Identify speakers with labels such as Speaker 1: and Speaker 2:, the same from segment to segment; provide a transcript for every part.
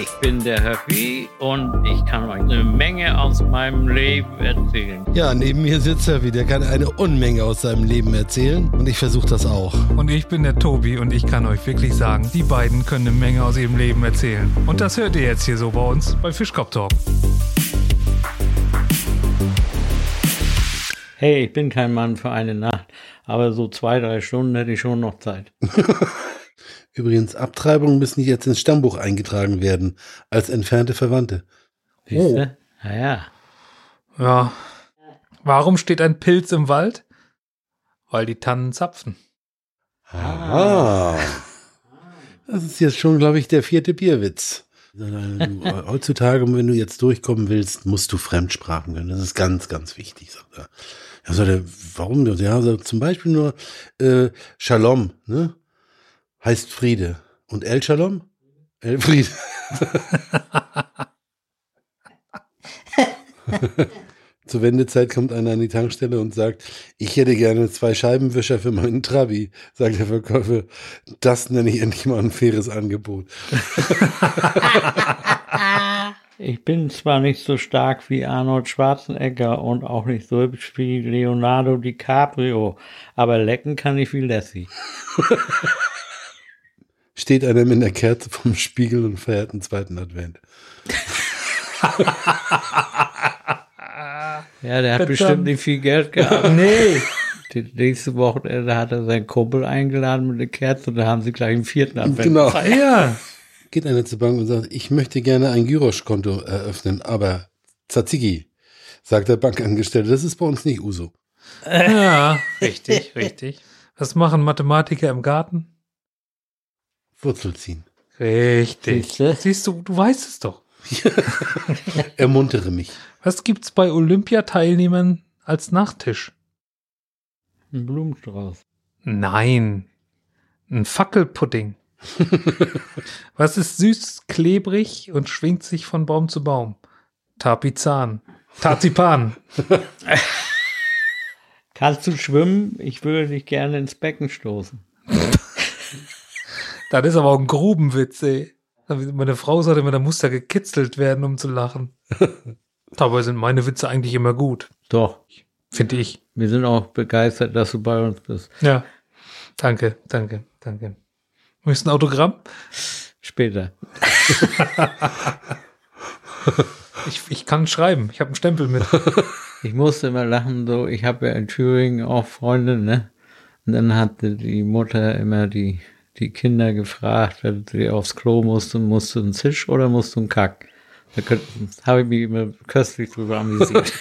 Speaker 1: Ich bin der Happy und ich kann euch eine Menge aus meinem Leben erzählen.
Speaker 2: Ja, neben mir sitzt Happy, der kann eine Unmenge aus seinem Leben erzählen und ich versuche das auch.
Speaker 3: Und ich bin der Tobi und ich kann euch wirklich sagen, die beiden können eine Menge aus ihrem Leben erzählen. Und das hört ihr jetzt hier so bei uns bei Fischkopf Talk.
Speaker 1: Hey, ich bin kein Mann für eine Nacht, aber so zwei, drei Stunden hätte ich schon noch Zeit.
Speaker 2: Übrigens, Abtreibungen müssen jetzt ins Stammbuch eingetragen werden, als entfernte Verwandte.
Speaker 1: Siehst du? Naja.
Speaker 3: Ja. Warum steht ein Pilz im Wald? Weil die Tannen zapfen.
Speaker 2: Ah. Das ist jetzt schon, glaube ich, der vierte Bierwitz. Du, äh, Heutzutage, wenn du jetzt durchkommen willst, musst du Fremdsprachen können. Das ist ganz, ganz wichtig, sagt er. Ja, sagt er, warum? denn? Ja, sagt, er, zum Beispiel nur äh, Shalom, ne? Heißt Friede. Und El Shalom? El Friede. Zur Wendezeit kommt einer an die Tankstelle und sagt, ich hätte gerne zwei Scheibenwischer für meinen Trabi, sagt der Verkäufer. Das nenne ich endlich mal ein faires Angebot.
Speaker 1: Ich bin zwar nicht so stark wie Arnold Schwarzenegger und auch nicht so hübsch wie Leonardo DiCaprio, aber lecken kann ich wie Lassie.
Speaker 2: Steht einer mit einer Kerze vom Spiegel und feiert einen zweiten Advent.
Speaker 1: Ja, der hat
Speaker 3: Verdammt.
Speaker 1: bestimmt nicht viel Geld gehabt.
Speaker 3: Nee.
Speaker 1: Die nächste Wochenende hat er seinen Kumpel eingeladen mit einer Kerze und da haben sie gleich einen vierten Advent.
Speaker 2: Genau.
Speaker 3: Ah, Ja.
Speaker 2: Geht einer zur Bank und sagt, ich möchte gerne ein Gyrosch-Konto eröffnen, aber Tzatziki, sagt der Bankangestellte, das ist bei uns nicht Uso.
Speaker 3: Ja. Richtig, richtig. Was machen Mathematiker im Garten?
Speaker 2: Wurzel ziehen.
Speaker 3: Richtig.
Speaker 1: Siehste?
Speaker 3: Siehst du, du weißt es doch.
Speaker 2: Ermuntere mich.
Speaker 3: Was gibt's bei Olympiateilnehmern als Nachtisch?
Speaker 1: Ein Blumenstrauß.
Speaker 3: Nein. Ein Fackelpudding. Was ist süß, klebrig und schwingt sich von Baum zu Baum? Tapizan. Tazipan.
Speaker 1: Kannst du schwimmen? Ich würde dich gerne ins Becken stoßen.
Speaker 3: Das ist aber auch ein Grubenwitz, ey. Meine Frau sagte immer, da muss da gekitzelt werden, um zu lachen. Dabei sind meine Witze eigentlich immer gut,
Speaker 1: Doch,
Speaker 3: finde ich.
Speaker 1: wir sind auch begeistert, dass du bei uns bist.
Speaker 3: Ja. Danke, danke, danke. Möchtest du ein Autogramm?
Speaker 1: Später.
Speaker 3: Ich, ich kann schreiben. Ich habe einen Stempel mit.
Speaker 1: Ich musste immer lachen, so, ich habe ja in Thüringen auch Freunde, ne? Und dann hatte die Mutter immer die, die Kinder gefragt, wenn sie aufs Klo mussten, musst du einen Zisch oder musst du einen Kack? Da könnt- habe ich mich immer köstlich drüber amüsiert.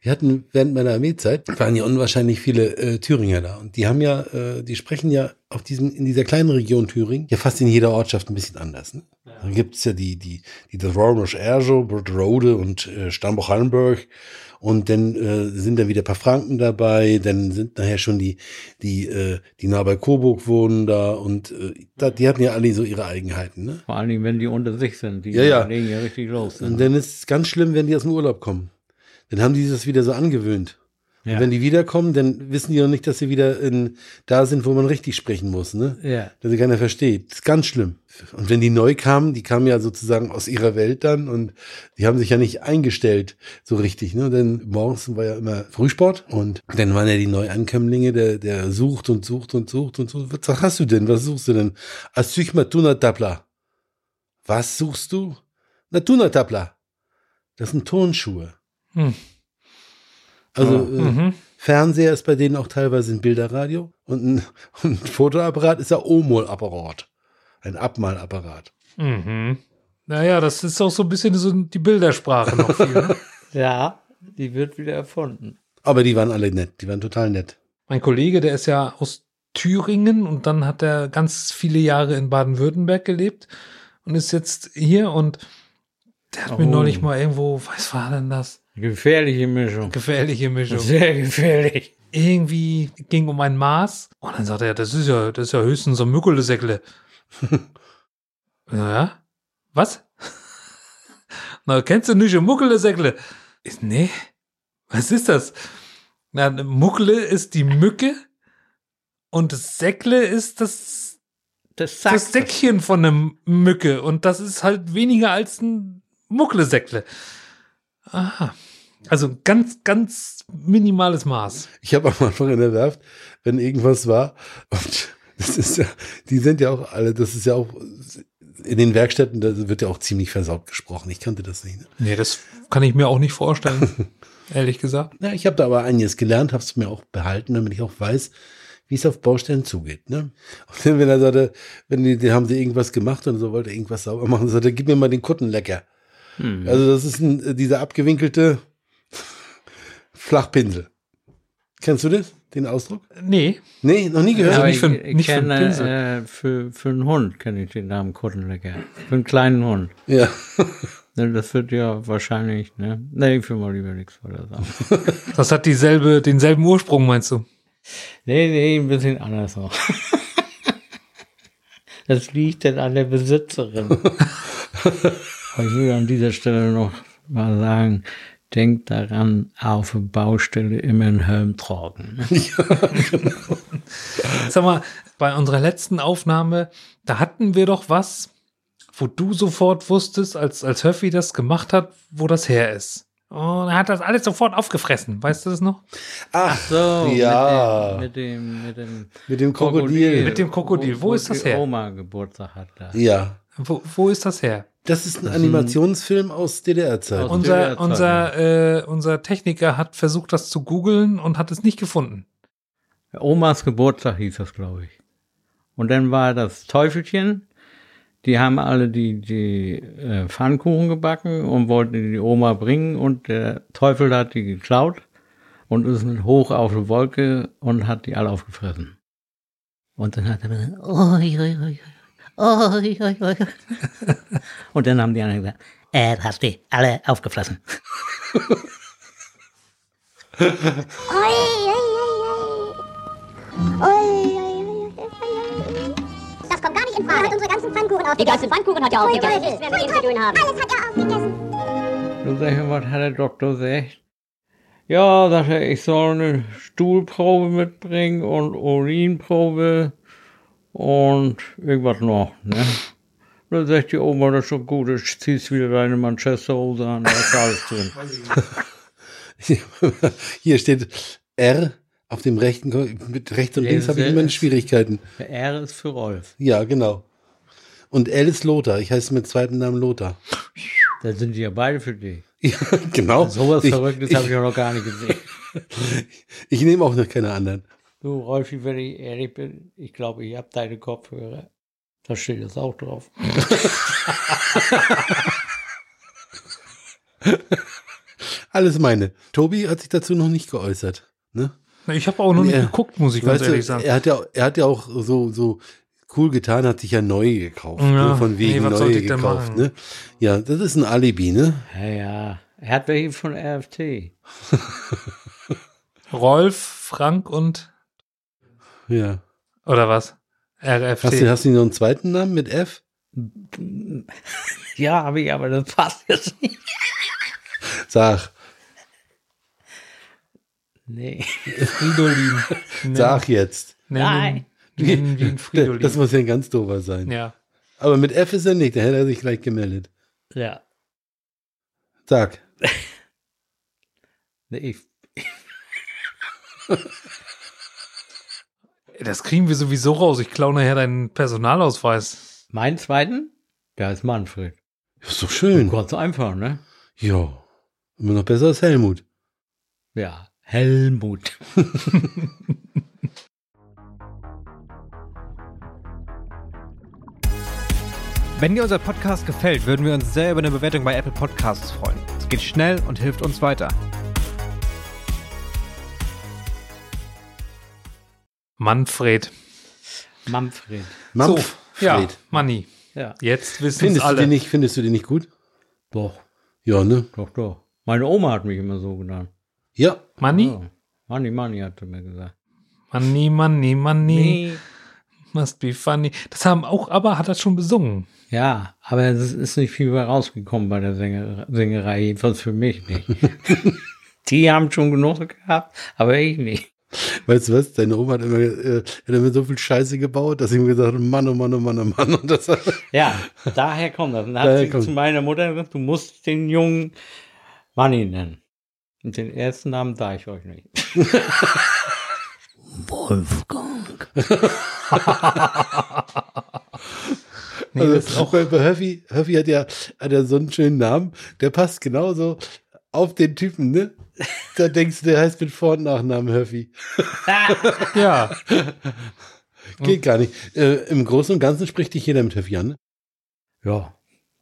Speaker 2: Wir hatten während meiner Armeezeit, waren ja unwahrscheinlich viele äh, Thüringer da. Und die haben ja, äh, die sprechen ja auf diesem, in dieser kleinen Region Thüringen, ja fast in jeder Ortschaft ein bisschen anders. Ne? Da gibt's ja die, die, die Dornisch Erjo, Brode und äh, Stammbruch-Hallenberg. Und dann äh, sind da wieder ein paar Franken dabei, dann sind nachher schon die, die, äh, die nah bei Coburg wohnen da und äh, da, die hatten ja alle so ihre Eigenheiten, ne?
Speaker 1: Vor allen Dingen, wenn die unter sich sind, die
Speaker 2: Ja, ja.
Speaker 1: legen ja richtig los.
Speaker 2: Und
Speaker 1: Ne?
Speaker 2: dann ist es ganz schlimm, wenn die aus dem Urlaub kommen. Dann haben die das wieder so angewöhnt.
Speaker 1: Ja.
Speaker 2: Und wenn die wiederkommen, dann wissen die noch nicht, dass sie wieder in, da sind, wo man richtig sprechen muss, ne?
Speaker 1: Ja.
Speaker 2: Dass sie keiner versteht. Das ist ganz schlimm. Und wenn die neu kamen, die kamen ja sozusagen aus ihrer Welt dann und die haben sich ja nicht eingestellt so richtig, ne? Denn morgens war ja immer Frühsport und dann waren ja die Neuankömmlinge, der, der sucht und sucht und sucht und sucht. Was hast du denn? Was suchst du denn? Asychmatuna Dabla. Was suchst du? Natuna Tabla. Das sind Turnschuhe.
Speaker 3: Hm.
Speaker 2: Also äh,
Speaker 3: Mhm.
Speaker 2: Fernseher ist bei denen auch teilweise ein Bilderradio und ein, und ein Fotoapparat ist ja Omol-Apparat. Ein Abmalapparat.
Speaker 3: Mhm. Naja, das ist auch so ein bisschen so die Bildersprache noch viel. Ne?
Speaker 1: ja, die wird wieder erfunden.
Speaker 2: Aber die waren alle nett, die waren total nett.
Speaker 3: mein Kollege, der ist ja aus Thüringen und dann hat er ganz viele Jahre in Baden-Württemberg gelebt und ist jetzt hier und der hat mir
Speaker 1: Oh.
Speaker 3: neulich mal irgendwo, was war denn das?
Speaker 1: Gefährliche Mischung.
Speaker 3: Gefährliche Mischung.
Speaker 1: Sehr gefährlich.
Speaker 3: Irgendwie ging um ein Maß und dann sagte er, das ist ja, das ist ja höchstens so ein Mückelesäckle. naja, was? Na, kennst du nicht ein Muckelesäckle? Ich, nee, was ist das? Na, eine Muckle ist die Mücke und das Säckle ist das,
Speaker 1: Das sagt
Speaker 3: das Säckchen von einer Mücke und das ist halt weniger als ein Mucklesäckle. Aha. Also ganz, ganz minimales Maß.
Speaker 2: Ich habe am Anfang in der Werft, wenn irgendwas war, und das ist ja, die sind ja auch alle, das ist ja auch in den Werkstätten, da wird ja auch ziemlich versaubt gesprochen. Ich kannte das nicht. Ne?
Speaker 3: Nee, das kann ich mir auch nicht vorstellen. ehrlich gesagt.
Speaker 2: Ja, ich habe da aber einiges gelernt, habe es mir auch behalten, damit ich auch weiß, wie es auf Baustellen zugeht. Ne? Und dann, wenn er sagte, wenn die, die haben sie irgendwas gemacht und so wollte er irgendwas sauber machen, sagte, er, gib mir mal den Kuttenlecker.
Speaker 1: Hm.
Speaker 2: Also das ist ein, dieser abgewinkelte Flachpinsel. Kennst du das? Den Ausdruck?
Speaker 3: Nee,
Speaker 2: Nee, noch nie gehört.
Speaker 3: Also
Speaker 1: Aber
Speaker 3: nicht für
Speaker 1: ich,
Speaker 3: einen-
Speaker 1: ich
Speaker 3: nicht für einen
Speaker 1: kenne,
Speaker 3: Pinsel.
Speaker 1: äh, für, für einen Hund kenne ich den Namen Kuttenlecker. Für einen kleinen Hund.
Speaker 2: Ja.
Speaker 1: Ne, Das wird ja wahrscheinlich, ne? Ne, ich will mal lieber nichts weiter sagen.
Speaker 3: das hat dieselbe, denselben Ursprung, meinst du?
Speaker 1: Nee, nee, ein bisschen anders auch. Das liegt denn an der Besitzerin. Aber ich will an dieser Stelle noch mal sagen, denkt daran, auf der Baustelle immer einen Helm tragen.
Speaker 3: Sag mal, bei unserer letzten Aufnahme, da hatten wir doch was, wo du sofort wusstest, als, als Höffi das gemacht hat, wo das her ist. Und er hat das alles sofort aufgefressen. Weißt du das noch?
Speaker 2: Ach,
Speaker 1: So,
Speaker 2: ja.
Speaker 1: mit dem, mit dem, mit dem
Speaker 2: mit dem Krokodil.
Speaker 3: Mit dem Krokodil. Wo ist das
Speaker 1: die
Speaker 3: her?
Speaker 1: Oma Geburtstag hat da.
Speaker 2: ja.
Speaker 3: Wo, wo ist das her?
Speaker 2: Das ist ein DDR-Film aus DDR-Zeit.
Speaker 1: Aus-
Speaker 3: Unser,
Speaker 1: DDR-Zeiten.
Speaker 3: unser, äh, unser Techniker hat versucht, das zu googeln und hat es nicht gefunden.
Speaker 1: Omas Geburtstag hieß das, glaube ich. Und dann war das Teufelchen. Die haben alle die, die äh, Pfannkuchen gebacken und wollten die die Oma bringen und der Teufel hat die geklaut und ist mit hoch auf die Wolke und hat die alle aufgefressen. Und dann hat er gesagt, oi, oi, oi, oi, oi, oi. Und dann haben die anderen gesagt, er hat die alle aufgefressen.
Speaker 4: Oi, oi, oi, oi. Oi, oi, oi, oi, oi. Das kommt gar nicht in Frage. Er hat unsere ganzen Pfannkuchen aufgegessen.
Speaker 5: Die ganzen Pfannkuchen hat er aufgegessen. Nichts mehr mit ihm zu tun haben.
Speaker 4: Alles hat er aufgegessen.
Speaker 1: Dann sag ich, was hat der Doktor gesagt? Ja, sagt er, ich soll eine Stuhlprobe mitbringen und Urinprobe und irgendwas noch, ne? Dann sagt die Oma, das ist schon gut, ich zieh's wieder deine Manchesterhose an, da ist alles drin.
Speaker 2: Hier steht R auf dem rechten, Ko- mit rechts und
Speaker 1: Ja,
Speaker 2: links
Speaker 1: das
Speaker 2: habe ich
Speaker 1: ist-
Speaker 2: immer Schwierigkeiten.
Speaker 1: R ist für Rolf.
Speaker 2: Ja, genau. Und L ist Lothar. Ich heiße mit zweiten Namen Lothar.
Speaker 1: Da sind die ja beide für dich. Also
Speaker 2: Ja, genau.
Speaker 1: Sowas
Speaker 2: ich,
Speaker 1: Verrücktes habe Oh, ich auch noch gar nicht gesehen.
Speaker 2: ich nehme auch noch keine anderen.
Speaker 1: Du, Rolfi, wenn ich ehrlich bin, ich glaube, ich habe deine Kopfhörer. Da steht das auch drauf.
Speaker 2: Alles meine. Tobi hat sich dazu noch nicht geäußert. Ne?
Speaker 3: Na, Ich habe auch noch nicht
Speaker 2: Ja.
Speaker 3: geguckt, muss ich ganz
Speaker 2: Weißt
Speaker 3: ehrlich
Speaker 2: du,
Speaker 3: sagen.
Speaker 2: er hat ja, er hat ja auch so, so cool getan, hat sich ja neue gekauft.
Speaker 3: Ja,
Speaker 2: ne? Von wegen
Speaker 3: nee, was sollte
Speaker 2: neue
Speaker 3: ich denn
Speaker 2: gekauft.
Speaker 3: machen?
Speaker 2: Ne? Ja, das ist ein Alibi, ne?
Speaker 1: Ja, ja. Er hat welche von RFT.
Speaker 3: Rolf, Frank und
Speaker 2: Ja.
Speaker 3: oder was? RFT.
Speaker 2: Hast du, hast du noch einen zweiten Namen mit F?
Speaker 1: Ja, habe ich, aber das passt jetzt nicht.
Speaker 2: Sag,
Speaker 1: Nee.
Speaker 3: Fridolin. Nennen-
Speaker 2: sag jetzt.
Speaker 3: Nennen, nennen wir ihn Fridolin.
Speaker 2: Das muss ja ein ganz dober sein.
Speaker 3: ja.
Speaker 2: Aber mit F ist er nicht, da hätte er sich gleich gemeldet.
Speaker 1: Ja.
Speaker 2: Sag.
Speaker 1: Nee, ich,
Speaker 3: Das kriegen wir sowieso raus. Ich klaue nachher deinen Personalausweis.
Speaker 1: meinen zweiten? Der ist Manfred.
Speaker 2: Ist doch
Speaker 3: Oh
Speaker 2: schön.
Speaker 1: Ganz einfach, ne?
Speaker 2: Ja. Immer noch besser als Helmut.
Speaker 1: Ja. Helmut.
Speaker 6: Wenn dir unser Podcast gefällt, würden wir uns sehr über eine Bewertung bei Apple Podcasts freuen. Es geht schnell und hilft uns weiter.
Speaker 3: Manfred.
Speaker 1: Manfred.
Speaker 2: Mampf,
Speaker 3: So, ja,
Speaker 2: Fred.
Speaker 3: Manni.
Speaker 1: Ja.
Speaker 3: Jetzt wissen es
Speaker 2: Findest du,
Speaker 3: alle.
Speaker 2: den nicht, findest du den nicht gut?
Speaker 1: Doch,
Speaker 2: Ja, ne?
Speaker 1: doch, doch. Meine Oma hat mich immer so genannt.
Speaker 2: Ja.
Speaker 3: Manni?
Speaker 2: Oh.
Speaker 1: Ja. Manni, Manni hat sie mir gesagt.
Speaker 3: Manni, Manni, Manni. Must be funny. Das haben auch, aber hat das schon besungen.
Speaker 1: Ja, aber es ist nicht viel mehr rausgekommen bei der Sänger Sängerei, jedenfalls für mich nicht. Die haben schon genug gehabt, aber ich nicht.
Speaker 2: Weißt du was? Deine Oma hat immer, äh, hat immer so viel Scheiße gebaut, dass ich mir gesagt habe, Mann, oh Mann, oh Mann, oh Mann. Und das hat,
Speaker 1: Ja, daher kommt das. Und dann hat
Speaker 2: Daher
Speaker 1: sie
Speaker 2: kommt-
Speaker 1: zu meiner Mutter gesagt, du musst den Jungen Manni nennen. Und den ersten Namen sage ich euch nicht.
Speaker 3: Nee,
Speaker 2: also,
Speaker 3: das ist auch
Speaker 2: bei, bei Huffy, Huffy hat ja, hat ja so einen schönen Namen, der passt genauso auf den Typen, ne? Da denkst du, der heißt mit Vor- und Nachnamen Huffy.
Speaker 3: ja.
Speaker 2: Geht gar nicht. Äh, Im Großen und Ganzen spricht dich jeder mit Huffy an, ne?
Speaker 1: Ja,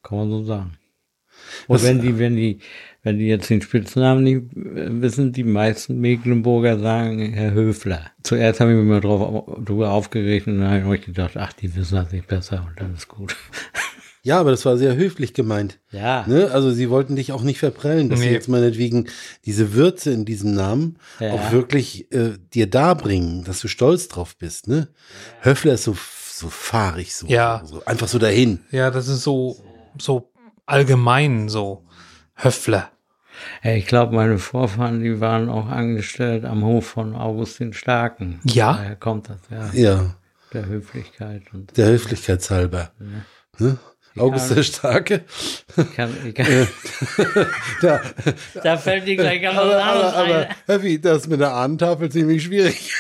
Speaker 1: kann man so sagen. Und
Speaker 2: Das-
Speaker 1: wenn die, wenn die, wenn die jetzt den Spitznamen nicht äh, wissen, die meisten Mecklenburger sagen Herr Höfler. Zuerst habe ich mich mal drauf, drüber aufgeregt und dann habe ich euch gedacht, ach, die wissen das nicht besser und dann ist gut.
Speaker 2: Ja, aber das war sehr höflich gemeint.
Speaker 1: Ja.
Speaker 2: Ne? Also sie wollten dich auch nicht verprellen, dass sie
Speaker 3: Nee.
Speaker 2: jetzt meinetwegen diese Würze in diesem Namen
Speaker 1: Ja.
Speaker 2: auch wirklich äh, dir darbringen, dass du stolz drauf bist. Ne? Höffler ist so, so fahrig, so,
Speaker 3: Ja.
Speaker 2: so einfach so dahin.
Speaker 3: ja, das ist so, so allgemein, so Höffler.
Speaker 1: Ey, ich glaube, meine Vorfahren, die waren auch angestellt am Hof von August den Starken.
Speaker 3: Ja?
Speaker 1: Daher kommt das, ja.
Speaker 2: Ja,
Speaker 1: Der Höflichkeit. Und
Speaker 2: der Höflichkeitshalber. Ne? August der Starke.
Speaker 1: ich kann, ich
Speaker 2: Äh,
Speaker 1: kann,
Speaker 2: Da,
Speaker 1: da fällt dir gleich ganz was
Speaker 2: aber, aber,
Speaker 1: anderes
Speaker 2: aber
Speaker 1: ein.
Speaker 2: Höffi, das ist mit der Ahnentafel ziemlich schwierig.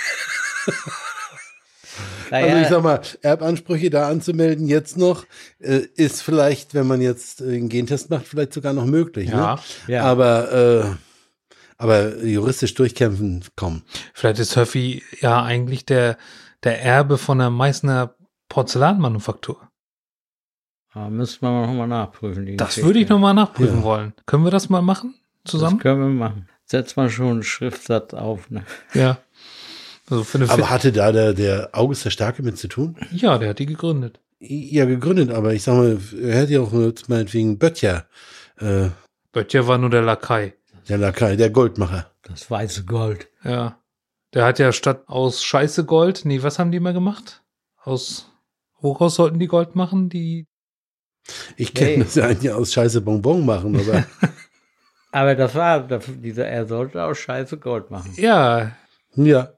Speaker 1: Naja,
Speaker 2: Also ich sag mal, Erbansprüche da anzumelden jetzt noch, äh, ist vielleicht, wenn man jetzt äh, einen Gentest macht, vielleicht sogar noch möglich.
Speaker 3: Ja,
Speaker 2: ne?
Speaker 1: ja.
Speaker 2: Aber, äh, aber juristisch durchkämpfen, komm.
Speaker 3: Vielleicht ist Höffi ja eigentlich der, der Erbe von der Meißner Porzellanmanufaktur.
Speaker 1: da oh, müssen wir noch mal nachprüfen. die
Speaker 3: Das
Speaker 1: Geschichte.
Speaker 3: würde ich nochmal nachprüfen
Speaker 2: Ja.
Speaker 3: wollen. Können wir das mal machen? Zusammen?
Speaker 1: Das können wir machen. Setz mal schon einen Schriftsatz auf. Ne?
Speaker 3: Ja. Also für eine
Speaker 2: Aber hatte da der, der August der Starke mit zu tun?
Speaker 3: ja, der hat die gegründet.
Speaker 2: Ja, gegründet, aber ich sag mal, er hätte ja auch jetzt meinetwegen Böttcher, äh,
Speaker 3: Böttcher war nur der Lakai.
Speaker 2: der Lakai, der Goldmacher.
Speaker 1: Das weiße Gold.
Speaker 3: Ja. Der hat ja statt aus Scheiße Gold, nee, was haben die immer gemacht? Aus, woraus sollten die Gold machen? Die,
Speaker 2: Ich kenne
Speaker 1: Nee.
Speaker 2: das ja eigentlich aus Scheiße Bonbon machen, aber
Speaker 1: Aber das war, das- dieser, er sollte auch scheiße Gold machen.
Speaker 3: ja,
Speaker 2: ja.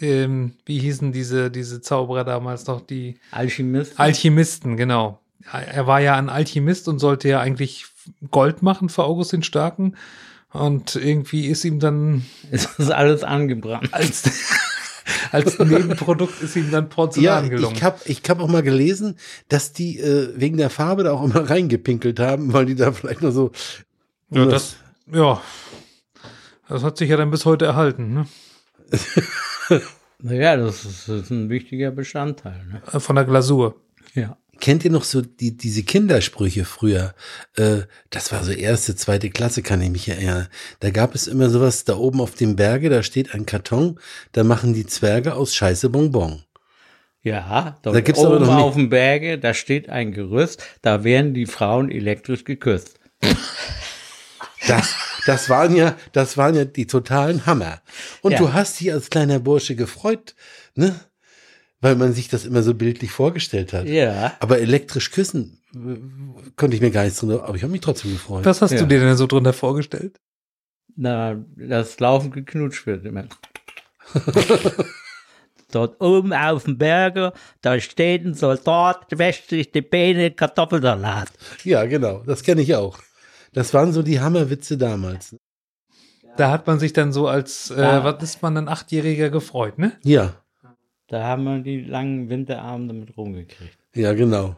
Speaker 3: ähm, wie hießen diese, diese Zauberer damals noch? Die,
Speaker 1: Alchemist.
Speaker 3: Alchemisten, genau. Er war ja ein Alchemist und sollte ja eigentlich Gold machen für August den Starken. Und irgendwie ist ihm dann
Speaker 1: es ist alles angebrannt.
Speaker 3: als, als Nebenprodukt ist ihm dann Porzellan gelungen.
Speaker 2: ich habe ich hab auch mal gelesen, dass die äh, wegen der Farbe da auch immer reingepinkelt haben, weil die da vielleicht nur so.
Speaker 3: ja, das, ja, das hat sich ja dann bis heute erhalten. Ne?
Speaker 1: Naja, das ist, das ist ein wichtiger Bestandteil. Ne?
Speaker 3: Äh, Von der Glasur.
Speaker 1: Ja.
Speaker 2: Kennt ihr noch so die, diese Kindersprüche früher? Äh, das war so erste, zweite Klasse, kann ich mich erinnern. Da gab es immer sowas, da oben auf dem Berge, da steht ein Karton, da machen die Zwerge aus Scheiße Bonbon.
Speaker 1: Ja, dort
Speaker 2: Da gibt's aber
Speaker 1: oben
Speaker 2: noch nicht-
Speaker 1: auf dem Berge, da steht ein Gerüst, da werden die Frauen elektrisch geküsst.
Speaker 2: Das, das waren ja, das waren ja die totalen Hammer. Und
Speaker 1: Ja.
Speaker 2: du hast dich als kleiner Bursche gefreut, ne? Weil man sich das immer so bildlich vorgestellt hat.
Speaker 1: Ja.
Speaker 2: Aber elektrisch küssen äh, konnte ich mir gar nicht drüber, aber ich habe mich trotzdem gefreut.
Speaker 3: Was hast
Speaker 1: Ja.
Speaker 3: du dir denn so drunter vorgestellt?
Speaker 1: Na, das laufend geknutscht wird immer. Dort oben auf dem Berge, da steht ein Soldat, wäscht sich die Beine, Kartoffelsalat.
Speaker 2: Ja, genau, das kenne ich auch. Das waren so die Hammerwitze damals.
Speaker 3: Da hat man sich dann so als, äh,
Speaker 1: Ja.
Speaker 3: was ist man dann Achtjähriger gefreut, ne?
Speaker 2: Ja,
Speaker 1: Da haben wir die langen Winterabende mit rumgekriegt.
Speaker 2: ja, genau.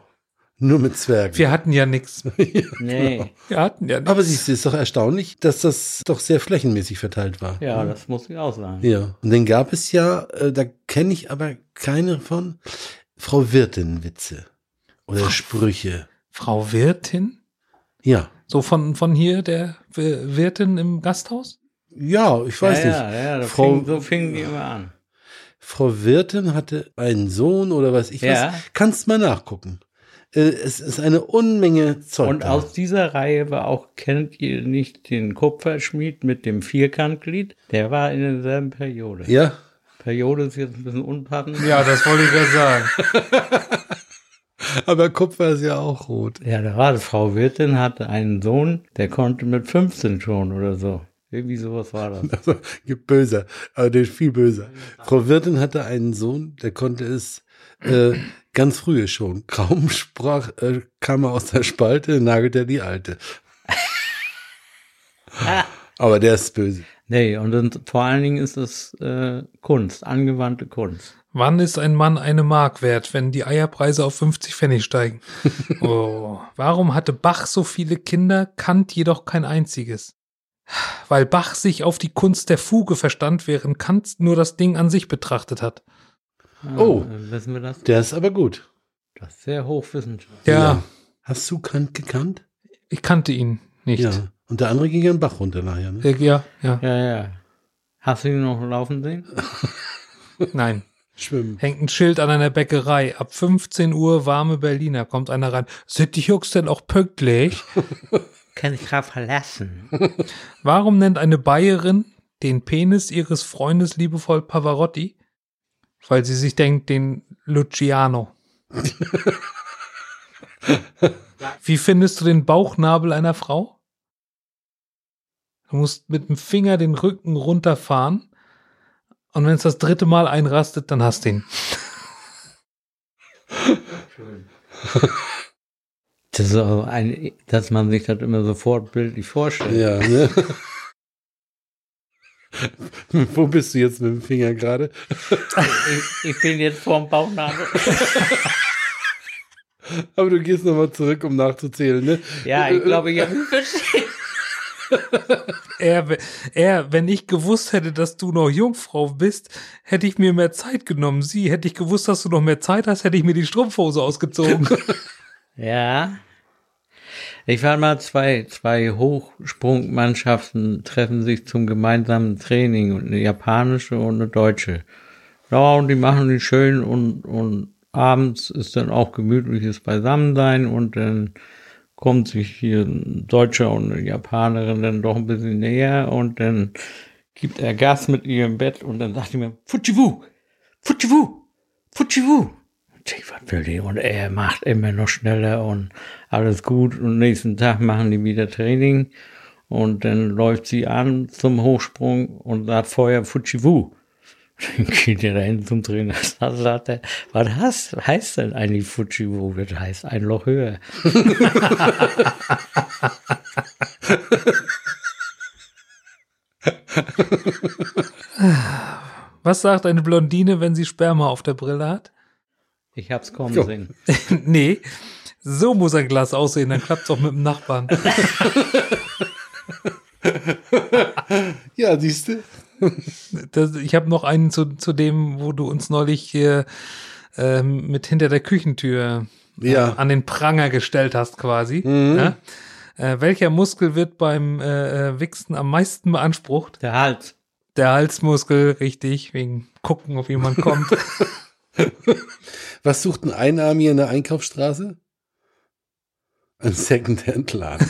Speaker 2: Nur mit Zwergen.
Speaker 3: Wir hatten ja nichts.
Speaker 1: Nee,
Speaker 3: Wir hatten ja nichts.
Speaker 2: Aber siehst du, ist doch erstaunlich, dass das doch sehr flächenmäßig verteilt war.
Speaker 1: ja, das muss ich auch sagen.
Speaker 2: Ja. Und dann gab es ja, äh, da kenne ich aber keine von, Frau Wirtin-Witze oder Sprüche.
Speaker 3: Frau Wirtin?
Speaker 2: Ja.
Speaker 3: So von, von hier, der W- Wirtin im Gasthaus?
Speaker 2: Ja, ich weiß
Speaker 1: ja,
Speaker 2: nicht.
Speaker 1: Ja, ja, das
Speaker 2: Frau-
Speaker 1: fing, so fingen die immer an.
Speaker 2: Frau Wirtin hatte einen Sohn oder was ich
Speaker 1: Ja.
Speaker 2: was. Kannst mal nachgucken. Äh, Es ist eine Unmenge Zeug.
Speaker 1: Und
Speaker 2: da.
Speaker 1: aus dieser Reihe war auch, kennt ihr nicht den Kupferschmied mit dem Vierkantglied? Der war in derselben Periode.
Speaker 2: ja,
Speaker 1: Periode ist jetzt ein bisschen unpassend.
Speaker 3: das wollte ich ja sagen.
Speaker 2: aber Kupfer ist ja auch rot.
Speaker 1: Ja, da war Frau Wirtin, hatte einen Sohn, der konnte mit 15 schon oder so. Irgendwie sowas war das.
Speaker 2: Also, gibt böser, aber der ist viel böser. Frau Wirtin hatte einen Sohn, der konnte es äh, ganz früh schon. Kaum sprach, äh, kam er aus der Spalte, nagelt er die Alte. aber der ist böse.
Speaker 1: Nee, und dann, vor allen Dingen ist das äh, Kunst, angewandte Kunst.
Speaker 3: Wann ist ein Mann eine Mark wert, wenn die Eierpreise auf 50 Pfennig steigen? Oh. Warum hatte Bach so viele Kinder, Kant jedoch kein einziges? Weil Bach sich auf die Kunst der Fuge verstand, während Kant nur das Ding an sich betrachtet hat.
Speaker 1: Ah,
Speaker 2: Oh.
Speaker 1: Wissen wir das?
Speaker 2: Der ist aber gut.
Speaker 1: Das ist sehr hochwissenschaftlich.
Speaker 3: Ja,
Speaker 2: Hast du Kant gekannt?
Speaker 3: ich kannte ihn nicht. Ja,
Speaker 2: Ja. Und der andere ging ja den Bach runter nachher. Ne?
Speaker 3: ja, ja.
Speaker 1: Ja, ja. Hast du ihn noch laufen sehen?
Speaker 3: nein.
Speaker 2: Schwimmen.
Speaker 3: Hängt ein Schild an einer Bäckerei. Ab 15 Uhr warme Berliner. Kommt einer rein. Sind die Jungs denn auch pünktlich?
Speaker 1: Kann ich gerade verlassen.
Speaker 3: Warum nennt eine Bayerin den Penis ihres Freundes liebevoll Pavarotti? Weil sie sich denkt, den Luciano. Wie findest du den Bauchnabel einer Frau? Du musst mit dem Finger den Rücken runterfahren. Und wenn es das dritte Mal einrastet, dann hast du ihn.
Speaker 1: Das ist auch ein, dass man sich das immer sofort bildlich vorstellt.
Speaker 2: Ja, ne? Wo bist du jetzt mit dem Finger gerade?
Speaker 1: Ich, ich bin jetzt vorm Bauchnabel.
Speaker 2: Aber du gehst nochmal zurück, um nachzuzählen, ne?
Speaker 1: Ja, ich glaube, ich habe ihn verstanden.
Speaker 3: Er, w- er, wenn ich gewusst hätte, dass du noch Jungfrau bist, hätte ich mir mehr Zeit genommen. Sie, hätte ich gewusst, dass du noch mehr Zeit hast, hätte ich mir die Strumpfhose ausgezogen.
Speaker 1: Ja. Ich war mal zwei, zwei Hochsprungmannschaften treffen sich zum gemeinsamen Training und eine japanische und eine deutsche. Ja, und die machen die schön und, und abends ist dann auch gemütliches Beisammensein und dann kommt sich hier ein Deutscher und eine Japanerin dann doch ein bisschen näher und dann gibt er Gas mit ihr im Bett und dann sagt die mir, Futschiwu, Futschiwu, Futschiwu. Und ich, was will die? Und er macht immer noch schneller und alles gut und nächsten Tag machen die wieder Training und dann läuft sie an zum Hochsprung und sagt vorher Futschiwu. Dann geht er dahin zum Trainer. Dann sagt er, was heißt, heißt denn eigentlich Fujiwo? Das heißt ein Loch höher.
Speaker 3: Was sagt eine Blondine, wenn sie Sperma auf der Brille hat?
Speaker 1: Ich hab's kommen
Speaker 2: Jo.
Speaker 1: sehen.
Speaker 3: nee, so muss ein Glas aussehen, dann klappt's auch mit dem Nachbarn.
Speaker 2: Ja, siehst du?
Speaker 3: Das, ich habe noch einen zu, zu dem, wo du uns neulich hier ähm, mit hinter der Küchentür äh,
Speaker 2: Ja.
Speaker 3: an den Pranger gestellt hast, quasi. Ja? Äh, welcher Muskel wird beim äh, äh, Wichsen am meisten beansprucht?
Speaker 1: Der Hals.
Speaker 3: Der Halsmuskel, richtig, wegen gucken, ob jemand kommt.
Speaker 2: Was sucht ein Einarm hier in der Einkaufsstraße? Ein Secondhand-Laden.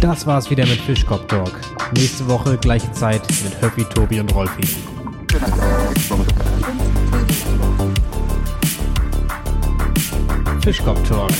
Speaker 6: Das war's wieder mit Fischkopf Talk. Nächste Woche gleiche Zeit mit Höppi, Tobi und Rolfi. Fischkopf Talk.